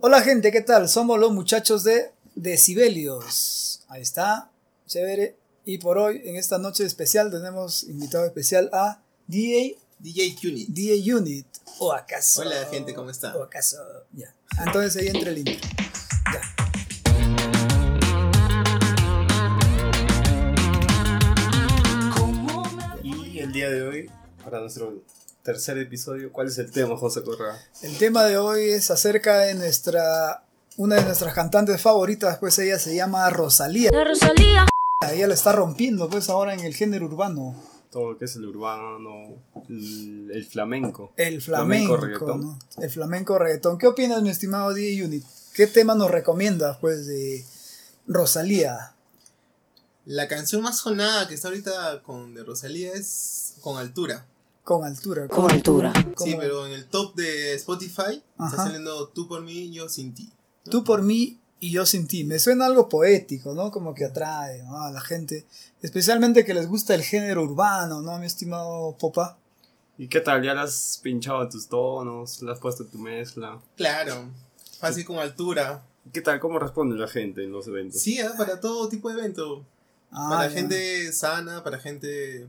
Hola gente, ¿qué tal? Somos los muchachos de Decibelios. Ahí está, chévere. Y por hoy, en esta noche especial, tenemos invitado especial a DJ, DJ Unit. DJ Unit. ¿O acaso? Hola, gente, ¿cómo está? ¿O acaso? Ya. Entonces ahí entra el intro. Ya. Y el día de hoy, para nuestro tercer episodio, ¿cuál es el tema, José Correa? El tema de hoy es acerca de nuestra. Una de nuestras cantantes favoritas, pues ella se llama Rosalía. La Rosalía. Ella lo está rompiendo, pues ahora en el género urbano. Todo lo que es el urbano, el, el flamenco. El flamenco, reggaetón. ¿no? El flamenco reggaetón. ¿Qué opinas, mi estimado DJ Unit? ¿Qué tema nos recomiendas, pues, de Rosalía? La canción más sonada que está ahorita con de Rosalía es Con Altura. Con altura. Con altura. Sí, Como pero en el top de Spotify Ajá. está saliendo Tú por mí, yo sin ti. Tú por mí y yo sin ti. Me suena algo poético, ¿no? Como que atrae ¿no? a la gente. Especialmente que les gusta el género urbano, ¿no, mi estimado Popa? ¿Y qué tal? ¿Ya las has pinchado a tus tonos? ¿Las has puesto en tu mezcla? Claro, fácil con altura. ¿Qué tal? ¿Cómo responde la gente en los eventos? Sí, ah, para todo tipo de evento. Ah, para ya. gente sana, para gente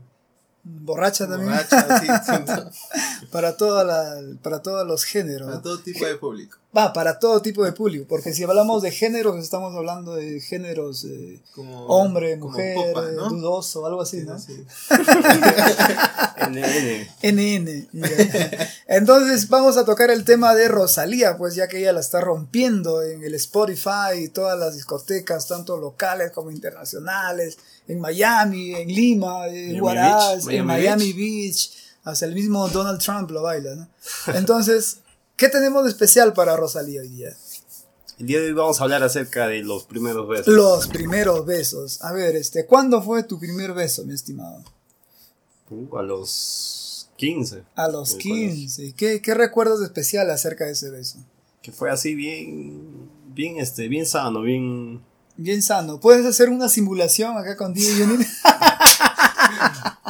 Borracha también. borracha, sí, siento, Para, toda la- para todos los géneros. para todo tipo de público. Va, para todo tipo de público. Porque si hablamos de géneros, estamos hablando de géneros eh, Como, hombre, como mujer, popa, eh, ¿no? dudoso, algo así, Sí, ¿no? sí. NN. NN. ya. Entonces vamos a tocar el tema de Rosalía, pues ya que ella la está rompiendo en el Spotify y todas las discotecas, tanto locales como internacionales, en Miami, en Lima, en Miami Huaraz, Beach, en Miami Miami Beach, hasta el mismo Donald Trump lo baila, ¿no? Entonces, ¿qué tenemos de especial para Rosalía hoy día? El día de hoy vamos a hablar acerca de los primeros besos. Los primeros besos. A ver, este, ¿cuándo fue tu primer beso, mi estimado? Uh, a los 15. A los Uy, 15. ¿Qué, ¿Qué recuerdas de especial acerca de ese beso? Que fue así bien, bien, este, bien sano, bien... Bien sano. ¿Puedes hacer una simulación acá con DJ Unit?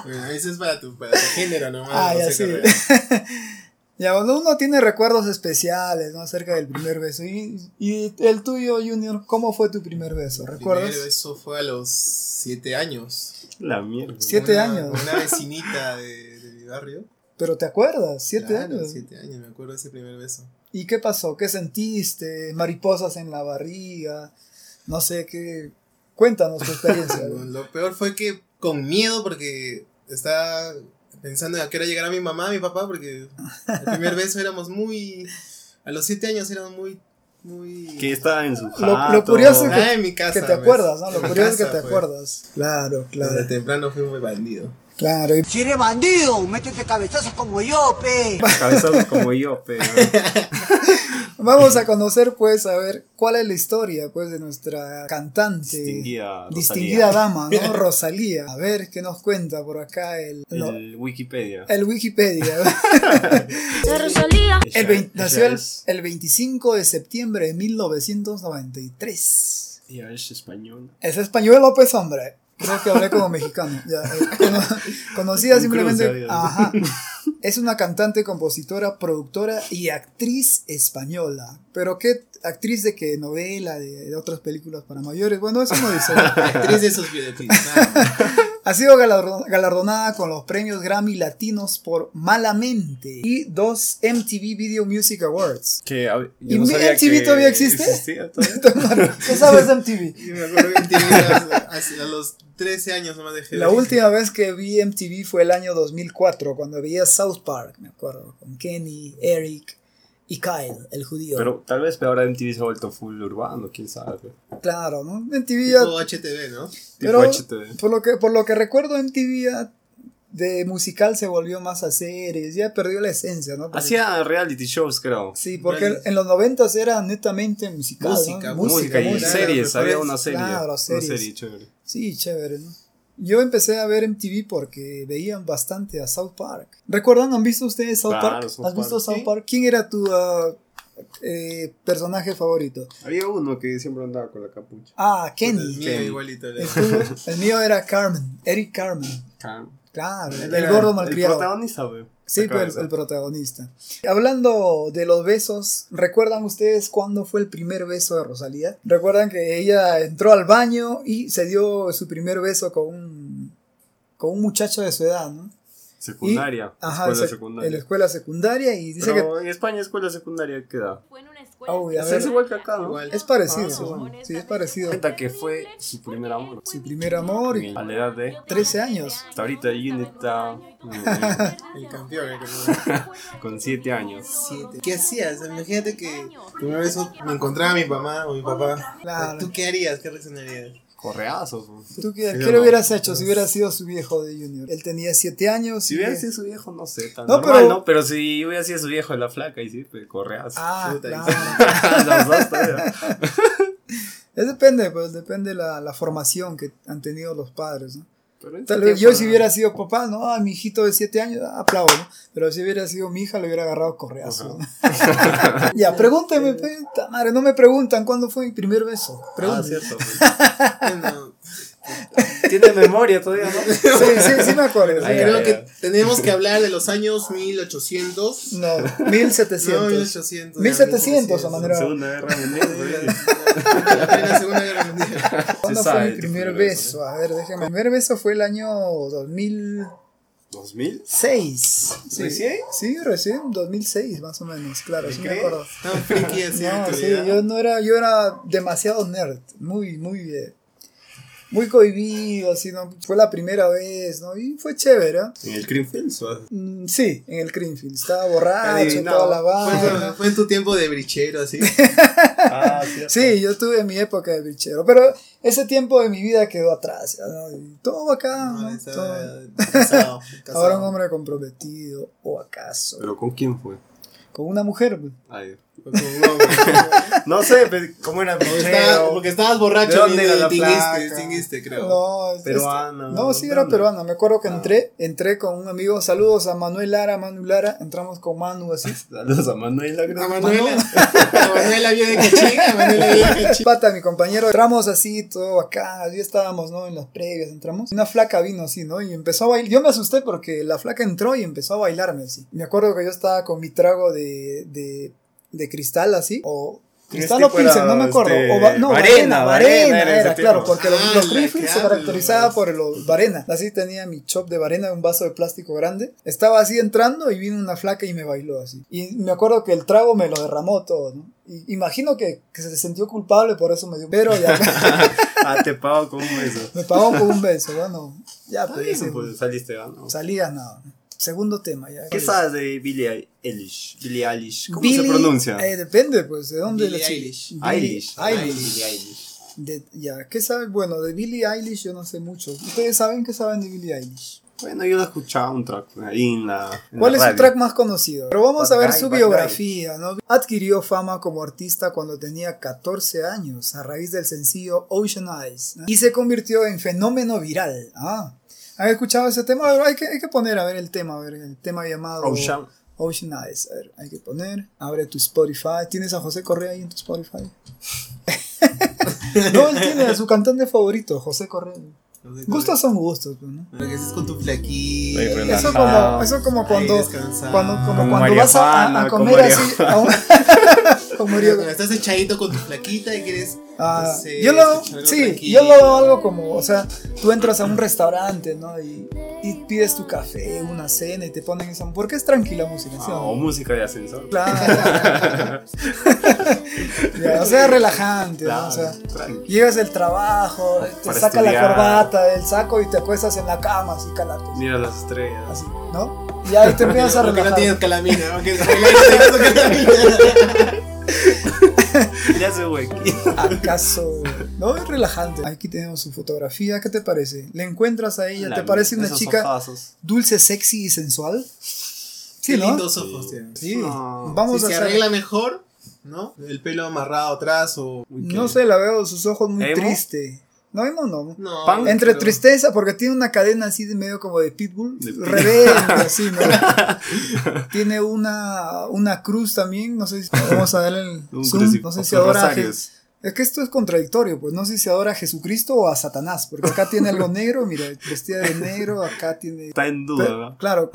Bueno, eso es para tu, para tu género nomás. Ah, ya José sí. Correa. ya, bueno, uno tiene recuerdos especiales, ¿no? Acerca del primer beso. Y, y el tuyo, Junior, ¿cómo fue tu primer beso? ¿Recuerdas? Primero eso fue a los siete años. La mierda. Sí. Siete Una- años. Una vecinita de, de mi barrio. Pero te acuerdas, siete Claro, años. Siete años, me acuerdo de ese primer beso. ¿Y qué pasó? ¿Qué sentiste? ¿Mariposas en la barriga? No sé qué. Cuéntanos tu experiencia. Lo, lo peor fue que con miedo porque estaba pensando en a qué hora llegará mi mamá, mi papá, porque el primer beso éramos muy... A los siete años éramos muy... muy Que está en su Lo- lo jato. curioso Ah, en mi casa. que te pues. acuerdas, ¿no? Lo En mi curioso es que casa, te pues. acuerdas. Claro, Desde claro. temprano fui muy bandido. Claro. Y Si eres bandido, métete cabezazos como yo, pe. Cabezazo como yo, pero... Vamos a conocer, pues, a ver cuál es la historia, pues, de nuestra cantante. Distinguida Rosalía. Distinguida dama, ¿no? Rosalía. A ver qué nos cuenta por acá el, no, el... El Wikipedia. Wikipedia. La Rosalía. El vein- Ella nació el, es- el 25 de septiembre de 1993. ella es española. Es español López, hombre. Creo que hablé como mexicano. ya, eh, cono- conocida Un simplemente. cruce, Ajá. Es una cantante, compositora, productora y actriz española. Pero qué actriz de qué novela, de, de otras películas para mayores. Bueno, eso no dice. Actriz de esos videoclips. nada. Ha sido galardo- galardonada con los premios Grammy Latinos por Malamente y dos MTV Video Music Awards. Que a- yo ¿Y no mi sabía MTV que todavía existe? existía todavía. ¿Qué sabes de MTV? Yo me acuerdo que tenía a, a los 13 años nomás dejé. de- La última vez que vi MTV fue el año 2004, cuando veía South Park, me acuerdo, con Kenny, Eric y Kyle, el judío. Pero tal vez pero ahora MTV se ha vuelto full urbano, quién sabe. claro, ¿no? MTV ya- Tipo HTV, ¿no? Tipo Pero- HTV. por, lo que, por lo que recuerdo, MTV ya de musical se volvió más a series, ya perdió la esencia, ¿no? Porque- Hacía reality shows, creo. Sí, porque en los noventas era netamente musical, ¿no? Música, Música, y música. series, había Claro, una serie. claro, una series. serie chévere. Sí, chévere, ¿no? Yo empecé a ver MTV porque veían bastante a South Park. ¿Recuerdan? ¿Han visto ustedes South Claro, Park? South ¿Has visto Park, South sí. Park? ¿Quién era tu ah, eh, personaje favorito? Había uno que siempre andaba con la capucha. Ah, El mío Kenny. igualito. El, tuyo- el mío era Carmen, Eric Carmen. Cam. Claro, el, Era gordo El malcriado. protagonista, güey. Sí, Acaba pero de el, ser. el protagonista. Hablando de los besos, ¿recuerdan ustedes cuándo fue el primer beso de Rosalía? ¿Recuerdan que ella entró al baño y se dio su primer beso con un, con un muchacho de su edad, ¿no? Secundaria. Ajá, escuela sec- secundaria. en la escuela secundaria y dice Pero en España, escuela secundaria queda. Fue en una escuela. Ah, uy, a especial. ver. Es igual que acá, ¿no? Igual. que es parecido, Ah, sí, bueno. sí, es parecido. Cuenta que fue su primer amor. Su primer amor y A la edad de. Yo 13 tenía años. 13 Hasta ahorita Jin está. El campeón, el campeón. con 7 años. Siete. ¿Qué hacías? Imagínate que primera vez me encontraba a mi mamá o mi papá. Claro. ¿Tú qué harías? ¿Qué reaccionarías? Correazos, güey. ¿Tú qué, Sí, qué no. le hubieras hecho si hubiera sido su viejo de Junior? Él tenía 7 años. Si y- hubiera sido su viejo, no sé, tan No, normal, pero- ¿no? Pero si hubiera sido su viejo de la flaca, y sí, pues correazos. Ah, Puta, claro. Los dos todavía. Es depende, pues depende la, la formación que han tenido los padres, ¿no? Pero en Tal ese vez tiempo, yo si hubiera sido papá, no, a mi hijito de 7 años, ah, aplaudo, ¿no? Pero si hubiera sido mi hija, le hubiera agarrado correazo. ¿no? ya, pregúntame, pues, ta madre, no me preguntan cuándo fue mi primer beso. Ah, Pregúntame. cierto. pues. Bueno, Tiene memoria todavía, ¿no? sí, sí, sí me acuerdo. Ay, sí. creo ay, que ay. tenemos que hablar de los años 1800. No, No, 1700. 1800. 1700 a manera. Segunda guerra mundial. pues. La plena Segunda Guerra Mundial. ¿Cuándo Se fue sabe mi tu primer primer beso, beso? A ver, déjame. Mi primer beso fue el año 2006. ¿2000? Sí. ¿Recién? Sí, recién, 2006 más o menos, claro, sí me crees? acuerdo. Tan friki así No, de tu sí, vida. yo no era, yo era demasiado nerd, muy, muy, eh, muy cohibido, así, ¿no? Fue la primera vez, ¿no? Y fue chévere, ¿eh? ¿En el Greenfield? o- Mm, sí, en el Greenfield, estaba borracho, Adivinado. toda la Fue- fue- vaina. Fue en tu tiempo de brichero, así. Ah, cierto. Sí, yo tuve mi época de bichero, pero ese tiempo de mi vida quedó atrás, ya, ¿no? Y todo bacán, No, ¿no? Todo- estaba casado, eh, casado. Ahora un hombre comprometido, o acaso, ¿Pero con quién fue? con una mujer, pues. Ay. Fue con un hombre. No sé, pues, ¿cómo era? Porque estabas- Porque estabas borracho. ¿De dónde y era la distinguiste, placa? distinguiste, creo. No, es- Peruana, No, sí, ¿de era dónde? peruana. Me acuerdo que Ah. entré, entré con un amigo. Saludos a Manuel Lara, Manu Lara. Entramos con Manu así. Saludos a Manuela. A Manuela. A Manuela vio de cachín. A Manuela vio de cachín. Pata, mi compañero. Entramos así, todo acá. Así estábamos, ¿no? En las previas entramos. Una flaca vino así, ¿no? Y empezó a bailar. Yo me asusté porque la flaca entró y empezó a bailarme así. Me acuerdo que yo estaba con mi trago de, de, de cristal así. O. Cristal o tipo era, Pilsen, no me acuerdo. este, o va- no, Varena, Varena, Varena, Varena era era, ese tipo. claro, porque los, Ah, los la Greenfield que se hablo. caracterizaba por los Varena. Así tenía mi chop de Varena, un vaso de plástico grande. Estaba así entrando y vino una flaca y me bailó así. Y me acuerdo que el trago me lo derramó todo, ¿no? Y imagino que, que se sintió culpable, por eso me dio. Pero ya Ah, te pago con un beso. me pagó con un beso, bueno. Ya, Está pues, bien, ya se- pues, saliste ganando. salía nada. Segundo tema, ya. ¿Qué sabes de Billie Eilish? Billie Eilish. ¿Cómo Billie- se pronuncia? eh, depende, pues, de dónde Billie la chi- Eilish. Billie Eilish. Ah, Eilish. Billie Eilish. De- ya, ¿qué sabes? Bueno, de Billie Eilish yo no sé mucho. ¿Ustedes saben qué saben de Billie Eilish? Bueno, yo la escuchaba un track ahí en la. en ¿Cuál la es su radio. track más conocido? Pero vamos Bad a ver Guy, su Bad biografía, ¿no? Adquirió fama como artista cuando tenía 14 años a raíz del sencillo Ocean Eyes ¿no? y se convirtió en fenómeno viral. Ah, ¿han escuchado ese tema? A ver, hay que, hay que poner, a ver el tema, a ver el tema llamado Ocean. Ocean Eyes. A ver, hay que poner. Abre tu Spotify. ¿Tienes a José Correa ahí en tu Spotify? no, él tiene a su cantante favorito, José Correa. Gustos son gustos, pues, ¿no? Lo que haces con tu Ay, flaquita. Fernando. Eso Relajado. como, eso como cuando, Ahí descansado. cuando, como Como cuando María vas a- a, Juana, a como comer María así. a un- con María- Cuando estás echadito con tu flaquita y quieres. Ah, no sé, yo lo, escuchar Pues algo sí, tranquilo. yo lo veo algo como, o sea, tú entras a un restaurante, ¿no? Y, y pides tu café, una cena y te ponen esa, porque es tranquila música, ¿sí? Ah, o música de ascensor. Claro. Ya, o sea, relajante, ¿no? O sea, Claro, tranqui. llegas del trabajo, te Para saca la estudiar. corbata del saco y te acuestas en la cama así calate, Mira las estrellas. así, ¿no? Y ahí te empiezas a Porque relajar. no tienes calamina. Porque calamina. Ya se huequito. ¿Acaso? No, es relajante. Aquí tenemos su fotografía. ¿Qué te parece? ¿Le encuentras a ella? ¿Te La- parece una esos chica sofazos. dulce, sexy y sensual? Sí, Qué ¿no? lindos ojos tienes. Sí. No. Vamos Si a se hacer- arregla mejor, ¿no? El pelo amarrado atrás o. No sé, la veo sus ojos muy ¿Emo? triste. No, emo no. No. Pan- Entre pero- tristeza, porque tiene una cadena así de medio como de pitbull, De pit- rebelde, así, ¿no? tiene una, una cruz también, no sé si vamos a darle el Un zoom, crucif- no sé o si sus ahora rosarios. Es que esto es contradictorio, pues no sé si se adora a Jesucristo o a Satanás, porque acá tiene algo negro, mira, vestida de negro, acá tiene... Está en duda, ¿no? Claro,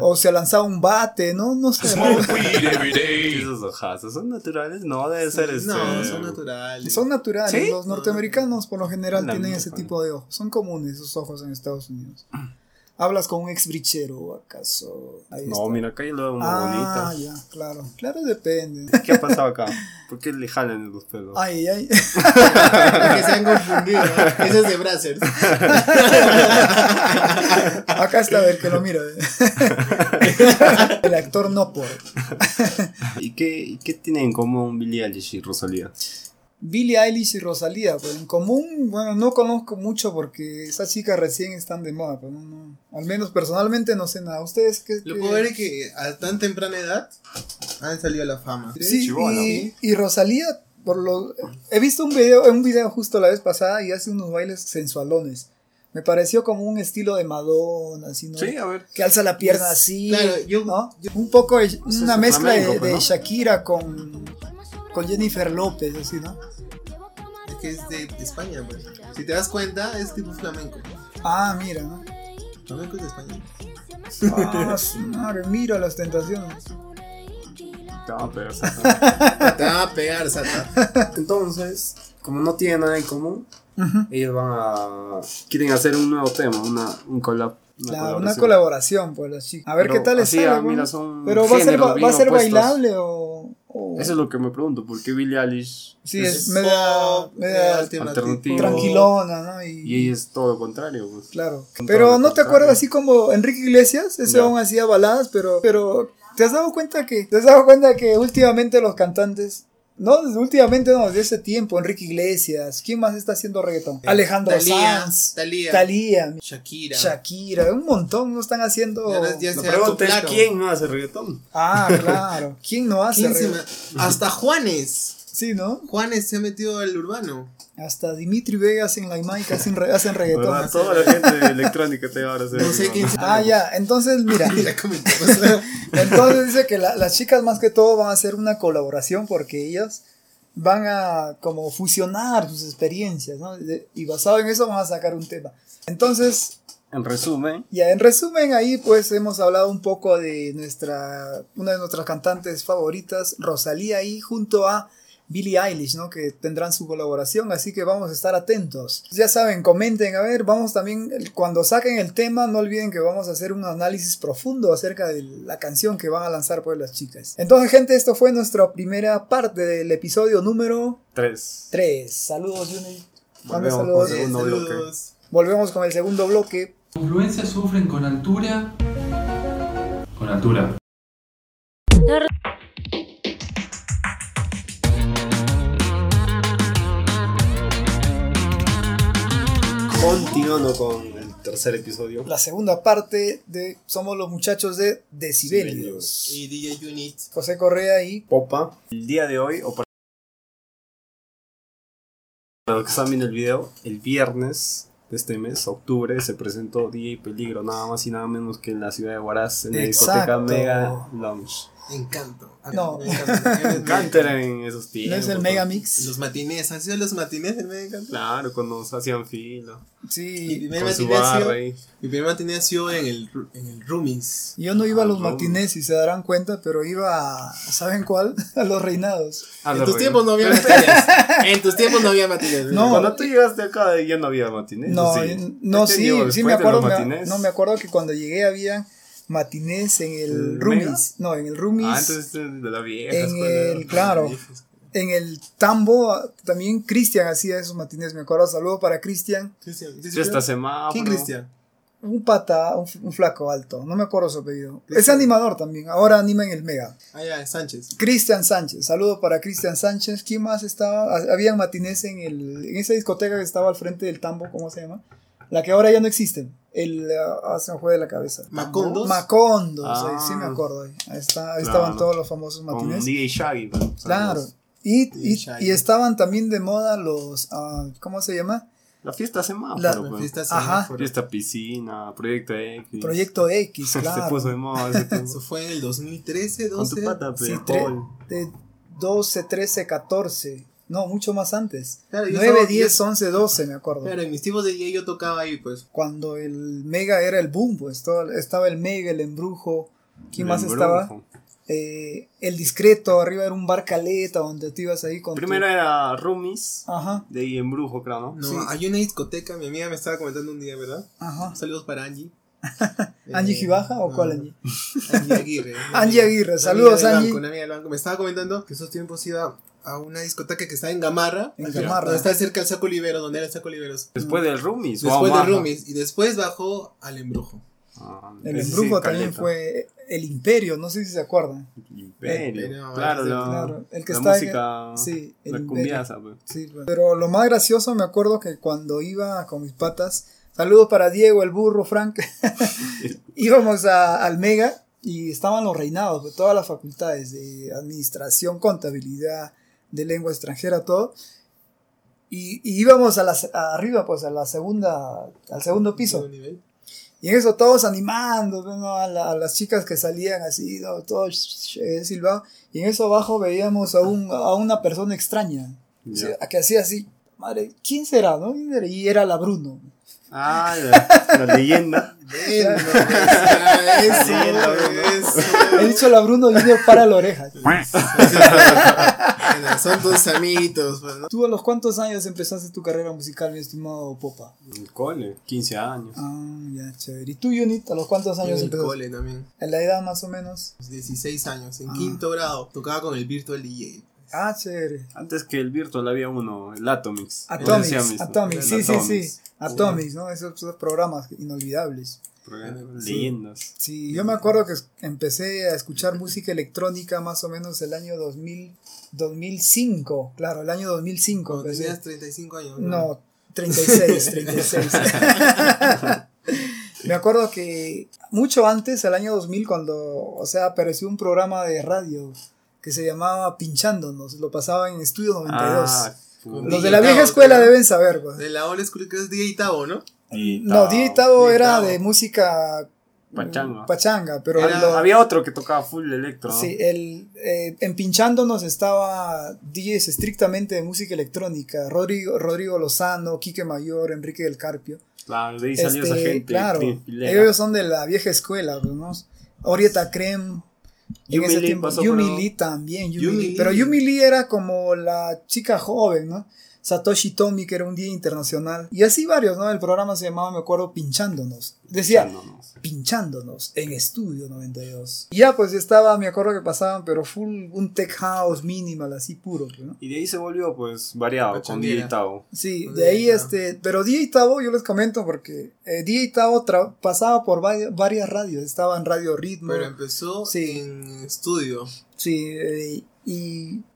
o se ha lanzado un bate, no, no sé. ¿Qué es eso? Ja, ¿Son naturales? No, debe ser este. No, son naturales. Son naturales, ¿Sí? los norteamericanos por lo general La tienen mierda. ese tipo de ojos, son comunes esos ojos en Estados Unidos. ¿Hablas con un ex brichero acaso? Ahí No, está. mira, acá hay lo muy Ah, bonito. ya, claro, claro depende. ¿Qué ha pasado acá? ¿Por qué le jalan los pelos? Ay, ay. que se han confundido. Ese es de Brazzers. Acá está el que lo mira. El actor no por. ¿Y qué, y qué tienen en común Billie Eilish y Rosalía? Billie Eilish y Rosalía, pues en común, bueno, no conozco mucho porque esas chicas recién están de moda, pero no, no. Al menos personalmente no sé nada. ¿Ustedes qué? Lo qué- pobre es que a tan temprana edad han salido a la fama. Sí, Chibola, y, y Rosalía, por lo, he visto un video, un video justo la vez pasada y hace unos bailes sensualones. Me pareció como un estilo de Madonna, así, ¿no? a ver. que alza la pierna así, Claro, yo- ¿no? un poco de- es una mezcla de, flamenco, pues, de ¿no? Shakira con, con Jennifer López, así, ¿no? Es que es de España, pues. Si te das cuenta, es tipo flamenco. Ah, mira, ¿no? Flamenco es de España. Ah, su madre, mira las tentaciones. No, pero, o sea, Te van a pegar, Sata. Entonces, como no tienen nada en común, Ujú. ellos van a. Quieren hacer un nuevo tema, una, un collab. Una La- colaboración. una colaboración, pues, las chicas. A ver Pero qué tal es. así, ah, mira, son Pero va a ser, géneros ba- bien va a ser opuestos. bailable o. o- Eso es lo que me pregunto, ¿por qué Billie Eilish Sí, es Es media, pop, media alternativo. tranquilona, ¿no? y ella es todo lo contrario? pues? Claro. Con todo Pero el no te contrato. acuerdas así como Enrique Iglesias, ese Ya. aún hacía baladas, pero, pero ¿te has dado cuenta que? ¿Te has dado cuenta que últimamente los cantantes no, desde últimamente no, desde ese tiempo, Enrique Iglesias, ¿quién más está haciendo reggaetón? Alejandro Eh, Thalía, Sanz, Thalía. Talía, Shakira. Shakira, un montón no están haciendo. Ya las- ya La se pregunta es: acoplaron. ¿quién no hace reggaetón? Ah, claro. ¿Quién no hace? ¿Quién se reggaetón? ma- Hasta Juanes. Sí, ¿no? Juanes se ha metido al urbano. Hasta Dimitri Vegas en la Jamaica hacen, re- hacen reggaetón. ¿Verdad? Toda la gente electrónica te va a hacer. No sé quién se Ah, ya. Entonces, mira. Ya comentamos. Entonces dice que la- las chicas más que todo van a hacer una colaboración porque ellas van a como fusionar sus experiencias, ¿no? De- Y basado en eso van a sacar un tema. Entonces, En resumen, ya en resumen ahí pues hemos hablado un poco de nuestra, una de nuestras cantantes favoritas, Rosalía, y junto a Billie Eilish, ¿no? Que tendrán su colaboración, así que vamos a estar atentos. Ya saben, comenten, a ver, vamos también, el- cuando saquen el tema, no olviden que vamos a hacer un análisis profundo acerca de la canción que van a lanzar pues las chicas. Entonces, gente, esto fue nuestra primera parte del episodio número tres. 3. Saludos, Juni. Manda Volvemos con saludos. el segundo bloque. Saludos. Volvemos con el segundo bloque. Influencias sufren con altura. Con altura. Continuando con el tercer episodio. la segunda parte de Somos los muchachos de Decibelios. Y DJ Unit. José Correa y Popa. El día de hoy, o para para los que están viendo el video, el viernes de este mes, octubre, se presentó DJ Peligro, nada más y nada menos que en la ciudad de Huaraz, en la discoteca Exacto. Mega Lounge. Encanto. No. Me encanta. Canter en esos no tiempos. es el Megamix. Los matinés, ¿han sido los matinés del Mega Encanto? Claro, cuando se hacían fila. Mi Sí, primer, Con su matiné ha barra sido, ahí. mi primer matiné ha sido en el, Ru- en el Roomies. yo no iba a los Ah, no. matinés, si se darán cuenta, pero iba, a- ¿saben cuál? A los reinados. Ah, En la tus reina. tiempos no había matinés. En tus tiempos no había matinés. No. Cuando tú llegaste acá ya no había matinés. No, ¿o sí? no, ¿Qué sí, llegó sí después me de los acuerdo, me, matinés? no me acuerdo que cuando llegué había matinés en el ¿El Rumis, no, en el Rumis, Ah, entonces de la vieja en escuela. el, claro, en el Tambo, también Cristian hacía esos matinés, me acuerdo, saludo para Cristian, Cristian. Fiesta semáforo. ¿Quién Cristian? un pata, un, un flaco alto, no me acuerdo su apellido. Es animador también, ahora anima en el Mega. Ah, ya, Sánchez. Cristian Sánchez, saludo para Cristian Sánchez. ¿Quién más estaba? Ha- Había matinés en, el, en esa discoteca que estaba al frente del tambo, ¿cómo se llama? La que ahora ya no existe. El, ah, se me fue de la cabeza. Macondos. Macondos, ahí sí Ah. me acuerdo. ahí. Ahí está- ahí Claro. estaban todos los famosos Con matinés. DJ Shaggy. pues, saludos. Claro. Y, y- Shaggy. y estaban también de moda los, ah, ¿cómo se llama? La fiesta semáforo. La- pues. fiesta... Fiesta Ajá. Semáforo. piscina, Proyecto X. Proyecto X, Se claro. puso de moda. se Eso puso- fue en el 2013, Con tu 12. pata, Sí, pero tre- de 12, 13, 14. No, mucho más antes. Claro, yo 9, estaba- 10, yo- 11, 12, me acuerdo. Claro, en mis tiempos de DJ yo tocaba ahí, pues. Cuando el Mega era el boom, pues todo- estaba el Mega, el Embrujo. ¿Quién El más embrujo. estaba? Eh, el Discreto, arriba era un bar caleta donde te ibas ahí con. tu- Primero era Rumis, Ajá, de ahí Embrujo, creo, ¿no? No, Sí. hay una discoteca, mi amiga me estaba comentando un día, ¿verdad? ajá. Saludos para Angie. ¿Angie Eh, Gibaja o no, cuál Angie? Angie Aguirre. una Angie amiga- Aguirre, una saludos, amiga del Angie. banco, una amiga del banco. Me estaba comentando que esos tiempos iba a una discoteca que está en Gamarra. En acá, Gamarra. Donde está cerca el Saco Libero, donde era el Saco Liberos. Después del Rumis. Después Guamaja. de Rumis. Y después bajó al Embrujo. Ah, El ese sí, Embrujo también caleta. fue el Imperio, no sé si se acuerdan. Imperio. Imperio, claro, sí, la, claro, el que la está en- música, sí, el la Imperio. cumbiaza, pues. Sí, pues. pero lo más gracioso me acuerdo que cuando iba con mis patas, saludos para Diego, el burro, Frank, íbamos a, al Mega y estaban los reinados, pues, todas las facultades de administración, contabilidad, de lengua extranjera, todo. Y, y íbamos a las, a arriba, pues a la segunda, al segundo piso. Segundo nivel. Y en eso todos animando, ¿no? a, la- a las chicas que salían así, ¿no? todo sh- sh- eh, silbado. Y en eso abajo veíamos a, un, a una persona extraña, o sea, Ya. a que hacía así, madre, ¿quién será? No? ¿Quién será? Y era la Bruno. Ah, la, la leyenda. Bueno, pues, Sí, la verdad. eso, He dicho la Bruno Junior para la oreja. eso. Bueno, Son tus amitos, pues, ¿no? ¿Tú a los cuántos años empezaste tu carrera musical, mi estimado Popa? El cole, 15 años. Ah, ya, chévere. ¿Y tú, Unit, a los cuántos En años el empezaste? cole también. En la edad más o menos. 16 años, en Ah. quinto grado. Tocaba con el Virtual DJ. Ah, chévere. Antes que el Virtual había uno, el Atomix. Ese Atomics, Atomix, ¿no? Atomics, sí, El sí, sí. Atomics. Atomics, ¿no? Esos, esos programas inolvidables. Programa- Sí. Leyendas. Sí, yo me acuerdo que es- empecé a escuchar música electrónica más o menos el año 2000, 2005, claro, el año 2005. Cuando Empecé. tenías 35 años. No, 36, 36. me acuerdo que mucho antes, el año 2000, cuando, o sea, apareció un programa de radio que se llamaba Pinchándonos, lo pasaba en Estudio 92. Ah, Con Los puta. de la vieja Tavo, escuela claro. deben saber, pues. De la old school que es DJ Tavo, ¿no? No, DJ Tavo DJ era Tavo. de música Pachanga. pachanga, pero Era- lo- Había otro que tocaba full electro. ¿no? Sí, el, eh, en Pinchándonos estaba DJs estrictamente de música electrónica. Rodrigo, Rodrigo Lozano, Quique Mayor, Enrique del Carpio. Claro, de ahí salió esa Este, gente. claro, Cris Pilera. ellos son de la vieja escuela, pues, ¿no? Orieta Crem. En Yumi ese Lee tiempo, pasó por- Yumi Lee también. Yumi Yumi Lee. Lee. Pero Yumi Lee era como la chica joven, ¿no? Satoshi Tomi, que era un día internacional. Y así varios, ¿no? El programa se llamaba, me acuerdo, Pinchándonos. Decía, Escuchándonos. pinchándonos en Estudio 92. Y ya, pues estaba, me acuerdo que pasaban, pero full un tech house minimal, así puro, pues, ¿no? Y de ahí se volvió, pues, variado con Pachanguera. DJ Tavo. Sí, Muy de ahí bien, este, pero DJ Tavo yo les comento porque eh, DJ Tavo tra- pasaba por vari- varias radios, estaba en Radio Ritmo, Pero empezó Sí. en estudio. sí, eh, y,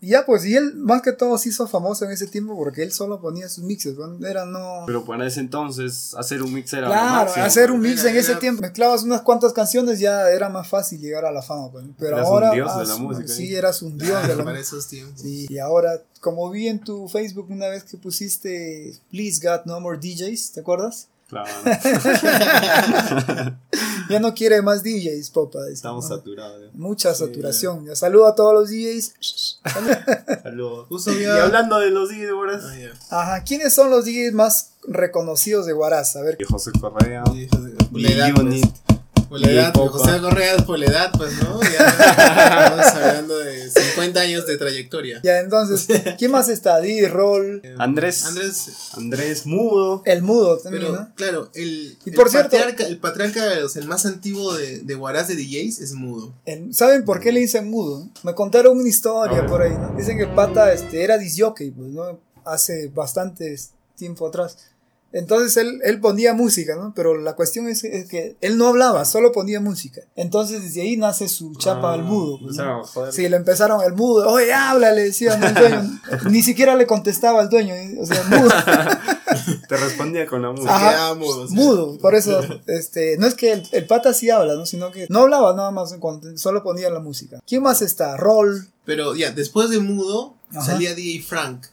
y ya pues, y él más que todo se hizo famoso en ese tiempo porque él solo ponía sus mixes, bueno, era no... Pero para ese entonces, hacer un mix era lo Claro, máximo. pues. hacer un mix Era- en ese era- tiempo, mezclabas unas cuantas canciones, ya era más fácil llegar a la fama. pues, Pero Eras un ahora. dios de ah, la su- música, Sí, ¿eh? eras un dios de la para música. esos tiempos. Sí, y ahora, como vi en tu Facebook una vez que pusiste Please God No More DJs, ¿te acuerdas? Claro, Ya no quiere más DJs, popa. dice, estamos ¿no? saturados. Mucha saturación. Ya saludo a todos los DJs. ¿eh? ya. Saludos. Justo Y había- hablando de los DJs, Ah, ya. Ajá, ¿quiénes son los DJs más reconocidos de Huaraz? A ver, Y José Correa. Sí, José- Por la Y edad, Unit. pues. Por la Y edad, Popa. José Correa es por la edad, pues, ¿no? Ya estamos hablando de 50 años de trayectoria. ya entonces, ¿quién más está? D-Roll, Andrés. Andrés, Andrés Mudo. El Mudo también, pero ¿no? claro, el, Y el por cierto- patriarca, el patriarca de los- el más antiguo de, de Huaraz de DJs es mudo. El- ¿Saben por qué le dicen mudo? Me contaron una historia por ahí, ¿no? Dicen que el pata este, era disjockey, pues, ¿no? Hace bastante tiempo atrás. Entonces él, él ponía música, ¿no? Pero la cuestión es, es que él no hablaba, solo ponía música. Entonces desde ahí nace su chapa Ah, al mudo. pues, o sea, ¿no? joder. Sí, le empezaron el mudo, oye, habla, le decían al dueño. Ni siquiera le contestaba al dueño, ¿eh? o sea, mudo. Te respondía con la música. Ajá. Quedaba mudo. o sea. Mudo, por eso, este, no es que el, el pata sí habla, ¿no? Sino que no hablaba nada más, cuando- solo ponía la música. ¿Quién más está? Roll, Pero ya, después de mudo, Ajá. salía DJ Frank.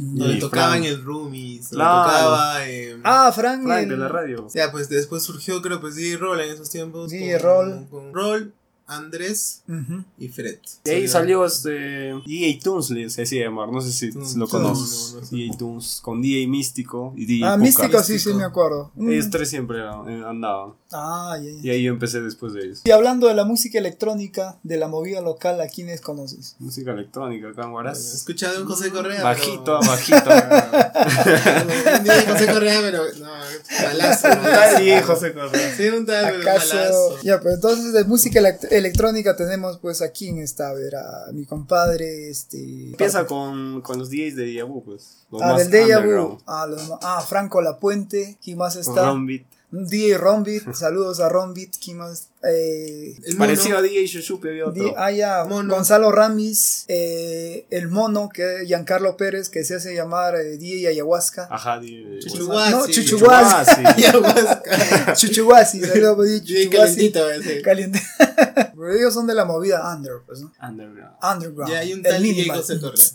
Y Donde tocaba Frank. en el Roomies, donde Claro. tocaba. eh, Ah, Frank. Frank el- de la radio. Ya, pues después surgió, creo, pues DJ Roll en esos tiempos. DJ Roll. Con Roll, Andrés Ujú. y Fred. De ahí Salieron- salió este EA Toons, le decía así llamar, no sé si Toons. lo conoces. No, no, no sé. EA Toons, con DJ Místico y DJ Ah, Puka. Místico, sí, sí, Místico. me acuerdo. Mm. Ellos tres siempre eran- eh, andaban. Ah, ya, ya. Y ahí yo empecé después de ellos. Y hablando de la música electrónica, de la movida local, ¿a quiénes conoces? Música electrónica, He cámaras. escuchado de un Mm. José Correa. Bajito, pero- bajito. Un día de José Correa, pero no, malazo. Está malazo. bien, José Correa. Sí, un tal, pero ¿Acaso? malazo. Ya, pues entonces de música elect- electrónica tenemos pues a quién está, a ver, a mi compadre, este... Empieza con, con los DJs de Diabu, pues. Los Ah, más del Deja Vu. underground. Ah, los ma- ah, Franco Lapuente. ¿Quién más Con está? Rumbit. DJ Rombit. Saludos a Rombit. ¿Quién más? Eh, El mono, Parecido a DJ Shushupe había otro. di- ah, ya, Mono. Gonzalo Ramis. eh, el mono, que es Giancarlo Pérez, que se hace llamar eh, DJ Ayahuasca. Ah, Ajá, DJ. Chuchu- No, Chuchuguasi. Chuchuguasi. Chuchuguasi. ayahuasca. Chuchuguasi. saludos, pues, Bien Chuchuguasi. calentito ese. Caliente. Pero ellos son de la movida under, pues, ¿no? Underground. Underground. Ya hay un el tal DJ minimal. José Correa.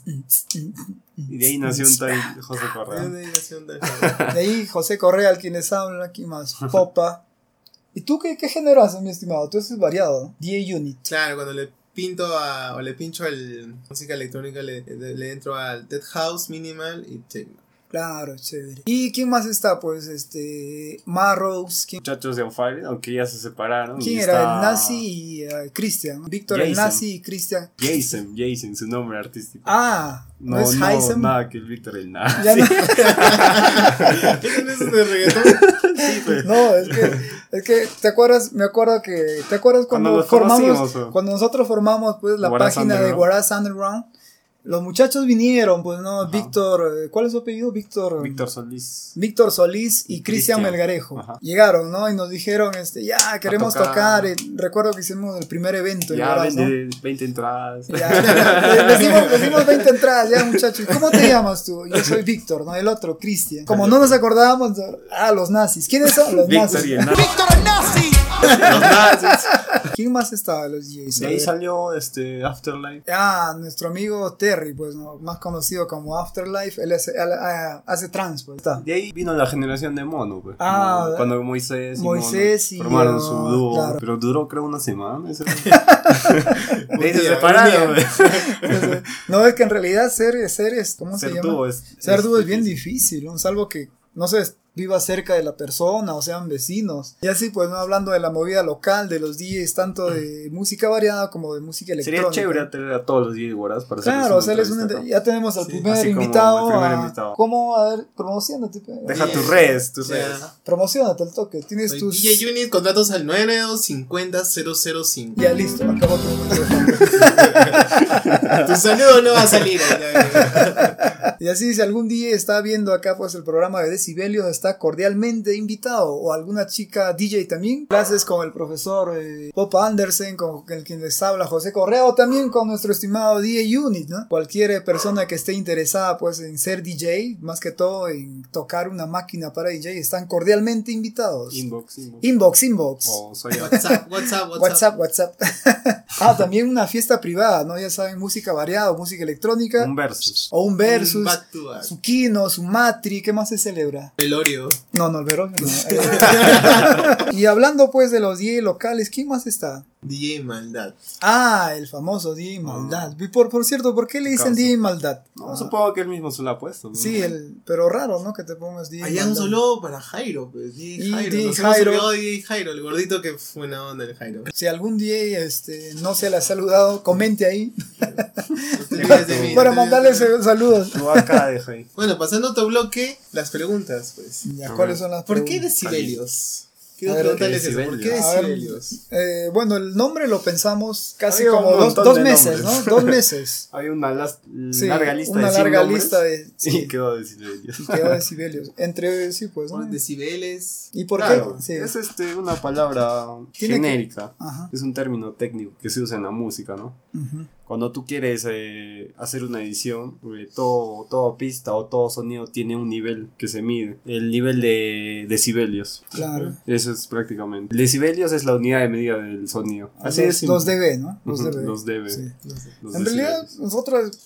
Y de ahí nació un tal José Correa. De ahí José Correa, al quien les habla, aquí más Popa. ¿Y tú qué, qué género haces, mi estimado? Tú eres variado, ¿no? DJ Unit. Claro, cuando le pinto a, o le pincho el música electrónica, le, le, le entro al Dead House, Minimal y Techno. Claro, chévere. ¿Y quién más está? Pues este. Marrows. ¿Quién, Muchachos de On Fire, aunque ya se separaron. y quién era? está El nazi y eh, Christian. ¿no? Víctor el Jason. nazi y Christian. Jason, Jason, su nombre artístico. Ah, no, no, es no, Heisen. nada que el Víctor el nazi. Ya no, ¿Qué es de reggaetón? no, es que, es que te acuerdas, me acuerdo que, ¿te acuerdas cuando, Cuando nos formamos, conocimos, ¿o? cuando nosotros formamos pues la Guaraz página de Underground. Guaraz Underground? Los muchachos vinieron, pues no, Ajá. Víctor, eh, ¿cuál es su apellido? Víctor. eh, Víctor Solís. Víctor Solís y Cristian Cristian. Melgarejo. Ajá. Llegaron, ¿no? Y nos dijeron, este, ya, queremos tocar. tocar. eh, Recuerdo que hicimos el primer evento. en Ya Huaraz, ¿no? vende 20 entradas. Ya, le- le dimos- le dimos 20 entradas, ya muchachos. ¿Cómo te llamas tú? Yo soy Víctor, ¿no? El otro, Cristian. Como no nos acordábamos, ah, los nazis. ¿Quiénes son los Víctor y nazis? el nazi. ¿Quién más estaba de los DJs? De A ahí ver. salió este Afterlife. Ah, nuestro amigo Terry, pues, ¿no? más conocido como Afterlife, él hace, él, ah, hace trans, pues, está. De ahí vino la generación de Mono, pues. Ah, Como cuando Moisés y Moisés y, Mono ah, formaron su dúo. claro. Pero duró creo una semana. Eso. Un de ahí se día, un separaron. día. pues. No, es que en realidad ser, ser es, ¿cómo se Ser llama? dúo es. Ser dúo es Este, bien difícil, ¿no? salvo que, no sé, viva cerca de la persona o sean vecinos. Y así, pues, ¿no? hablando de la movida local, de los DJs, tanto de música variada como de música Sería electrónica. chévere tener a todos los 10 guardas para hacerles Claro, o sea, él es un- entrevista, ¿no? ya tenemos al Sí, primer, así como el invitado, primer a- invitado. ¿Cómo? A ver, promocionate. pe. Deja Sí, tus sí. redes, tus Ya. redes. Promocionate al toque. Tienes Soy tus... DJ Unit, contratos al 992-50005. Ya listo, acabó tu Tu saludo no va a salir. eh, Y así, si algún día está viendo acá pues el programa de Decibelios, está cordialmente invitado. O alguna chica DJ también. Clases con el profesor eh, Popa Andersen, con el quien les habla José Correa, o también con nuestro estimado DJ Unit, ¿no? Cualquier eh, persona que esté interesada pues en ser DJ, más que todo en tocar una máquina para DJ, están cordialmente invitados. Inbox, Oh. inbox. Inbox, inbox. O soy WhatsApp, WhatsApp, WhatsApp. WhatsApp, WhatsApp. ah, también una fiesta privada, ¿no? Ya saben, música variada, música electrónica. un versus. o un versus. Back to back. Su Kino, su Matri, ¿qué más se celebra? Velorio. No, no, el Verón, no. y hablando pues de los DJ locales, ¿quién más está? DJ Maldad. Ah, el famoso DJ Maldad. Y Por, por cierto, ¿por qué le dicen Causa. DJ Maldad? No, Ah, supongo que él mismo se lo ha puesto. ¿no? sí, el, pero raro, ¿no? Que te pongas DJ Allá un Maldad. solo para Jairo, pues. Y DJ Jairo. DJ Nos hemos Jairo. olvidado de DJ Jairo, el gordito que fue buena onda el Jairo. Si algún DJ este, no se le ha saludado, comente ahí Te olvidas de mí, para te olvidas mandarle de mí. saludos. Tú acá deja ahí. Bueno, pasando a otro bloque, las preguntas, pues. Ya, ¿cuáles son las ¿Por qué preguntas? decibelios? A Quiero ver, preguntarles ¿qué eso. ¿Por qué decibelios? A ver, decibelios? eh, bueno, el nombre lo pensamos casi Había un como dos, montón dos de meses, nombres. ¿no? Dos meses. Había una las- Sí, larga lista una de larga lista de- Sí, sí. quedó decibelios. Y quedó decibelios. Entre sí, pues. ¿no? Por decibeles. ¿Y por Claro, qué? Sí. es este, una palabra Tiene que- genérica. Ajá. Es un término técnico que se usa en la música, ¿no? Ujú. Cuando tú quieres eh, hacer una edición, eh, todo, toda pista o todo sonido tiene un nivel que se mide, el nivel de decibelios. Claro. Eso es prácticamente. Decibelios es la unidad de medida del sonido. Así Ah, los, es. Los DB, ¿no? Los Ujú, DB. Los debe. Sí. No sé. los En realidad, decibelios. nosotros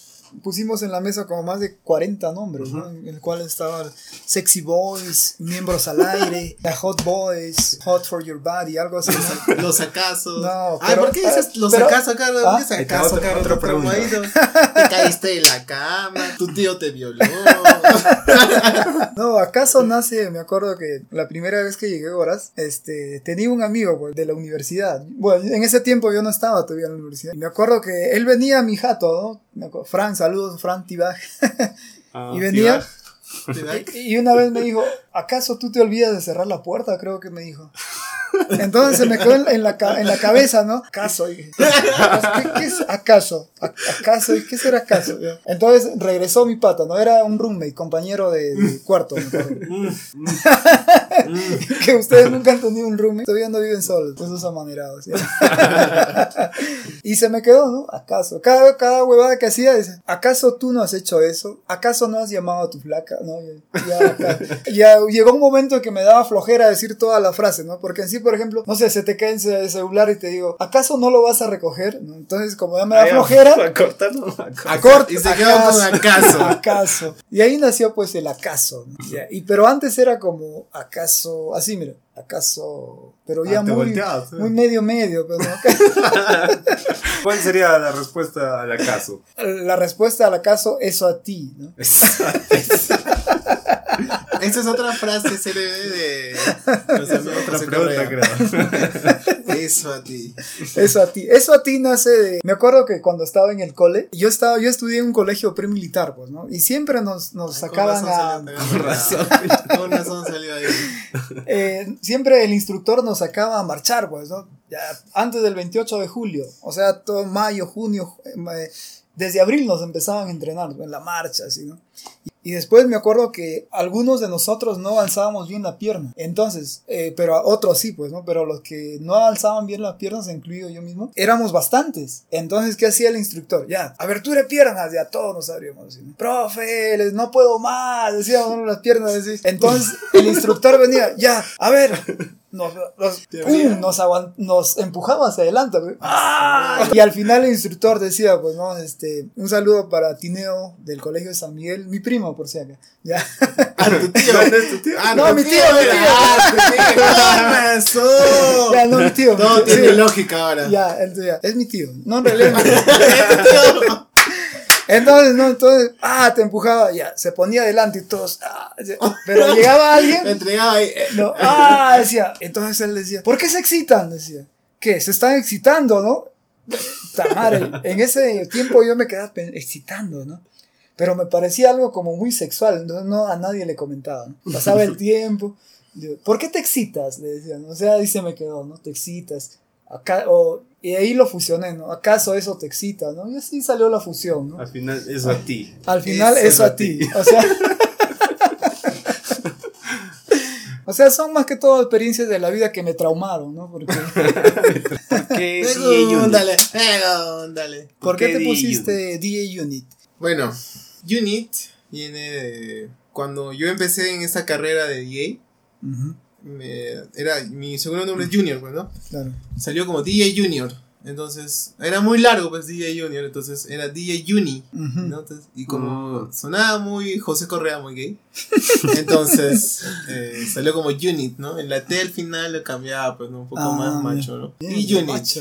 pusimos en la mesa como más de 40 nombres, ¿no? En el cual estaban Sexy Boys, Miembros al Aire, The Hot Boys, Hot for Your Body, algo así, ¿no? Los acaso. No, Ay, pero- ¿por qué dices los pero- acaso, Carlos? Ah, ¿Por qué ahí está acaso, otra- Carlos? otra Te pregunta. traumadito. Te caíste de la cama, tu tío te violó. No, acaso nace, me acuerdo que la primera vez que llegué a Horas, este, tenía un amigo pues, de la universidad. Bueno, en ese tiempo yo no estaba todavía en la universidad. Y me acuerdo que él venía a mi jato, ¿no? Me acuerdo- Fran, saludos, Fran Tibaj. Ah, y venía. sí, ¿Te da- Y y una vez me dijo, ¿acaso tú te olvidas de cerrar la puerta? Creo que me dijo. Entonces se me quedó en, en la, ca- en la cabeza, ¿no? ¿Acaso? dije. ¿Qué, qué es acaso? ¿A- ¿Acaso? ¿Qué será acaso? Entonces regresó mi pata, ¿no? Era un roommate, compañero de, de cuarto. me acuerdo. que ustedes nunca han tenido un roommate. Todavía no viven solos, esos amanerados. ¿ya? y se me quedó, ¿no? ¿Acaso? Cada, cada huevada que hacía, dice, ¿acaso tú no has hecho eso? ¿Acaso no has llamado a tu flaca? No, ya, ya, acá- ya llegó un momento que me daba flojera decir toda la frase, ¿no? Porque en sí, por ejemplo, no sé, se te cae en ce- el celular y te digo, ¿acaso no lo vas a recoger? ¿No? Entonces, como ya me da Ahí va, flojera, a cortar, no, a cortar. Acorta- Y se quedó con acaso. Acaso. Y ahí nació pues el acaso. ¿no? Ya, Y, pero antes era como acaso, así mira, acaso, pero ya Ah, te muy, volteabas, eh. muy medio medio. Pero no, acaso- ¿Cuál sería la respuesta al acaso? la respuesta al acaso, eso a ti. ¿no? Esa es otra frase célebre de los amigos Otra José pregunta, Correa. creo. Eso a ti. Eso a ti. Eso a ti nace de. Me acuerdo que cuando estaba en el cole, yo estaba, yo estudié en un colegio premilitar, pues, ¿no? Y siempre nos, nos sacaban a. Con razón salió- Con razón salió ahí. eh, siempre el instructor nos sacaba a marchar, pues, ¿no? Ya antes del 28 de julio, o sea, todo mayo, junio, eh, ma- eh, desde abril nos empezaban a entrenar pues, en la marcha, así, ¿no? Y después me acuerdo que algunos de nosotros no alzábamos bien la pierna. Entonces, eh, pero a otros sí, pues, ¿no? Pero los que no alzaban bien las piernas, incluido yo mismo, éramos bastantes. Entonces, ¿qué hacía el instructor? Ya, abertura de piernas, ya todos nos abríamos. así, ¿no? Profe, les- no puedo más, decíamos ¿no? las piernas. así. Entonces, el instructor venía, ya, a ver. Nos, nos- Te ¡pum! abría. nos, aguan- nos empujaba hacia adelante. güey. ¡Ah! Y al final el instructor decía, pues no, este, un saludo para Tineo del Colegio de San Miguel, mi primo por si acaso. Ya. A tu tío. Ah, No, tu mi tío, mi era- tío. Ah, tu tío. ¡Con Ya, razón! no, mi tío. No, Sí. tiene lógica ahora. Ya, entonces ya, es mi tío. No, en realidad. es mi tío. Entonces, no, entonces, ah, te empujaba, ya, se ponía adelante y todos, ah, ya. pero llegaba Me alguien, entregaba ahí. eh, no, ah, decía, entonces él decía, ¿por qué se excitan? Decía, ¿qué? Se están excitando, ¿no? Ta madre, en ese tiempo yo me quedaba pen- excitando, ¿no? Pero me parecía algo como muy sexual, entonces no a nadie le comentaba, ¿no? Pasaba el tiempo, yo, ¿por qué te excitas? Le decían, o sea, ahí se me quedó, ¿no? Te excitas. Acá, o, y ahí lo fusioné, ¿no? ¿Acaso eso te excita, no? Y así salió la fusión, ¿no? Al final, eso a ti. Al final, Eso eso a a ti. O sea. O sea, son más que todo experiencias de la vida que me traumaron, ¿no? Porque, ¿Qué Pregúntale, pregúntale. ¿Por qué te DJ pusiste DA Unit? Bueno, Unit viene de. Cuando yo empecé en esta carrera de DJ, Ujú, me- era, mi segundo nombre es Junior, pues, ¿no? Claro. Salió como DJ Junior. Entonces, era muy largo, pues DJ Junior. Entonces, era DJ Uni. Ujú. ¿no? Entonces, y como Mm. sonaba muy José Correa, muy gay. Entonces, eh, salió como Unit, ¿no? En la T al final lo cambiaba, pues, ¿no? Un poco Ah, más ya. macho, ¿no? Bien, y Unit. macho.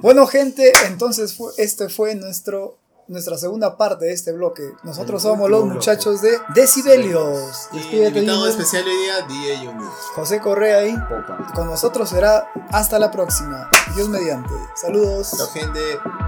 Bueno, gente, entonces fue, este fue nuestro, nuestra segunda parte de este bloque. Nosotros El somos último los bloque. muchachos de Decibelios. Y el Despídete, Eh, invitado Junior. especial hoy día, DJ Unit. José Correa ahí. Popa. Con nosotros será hasta la próxima. Dios mediante. Saludos. La gente.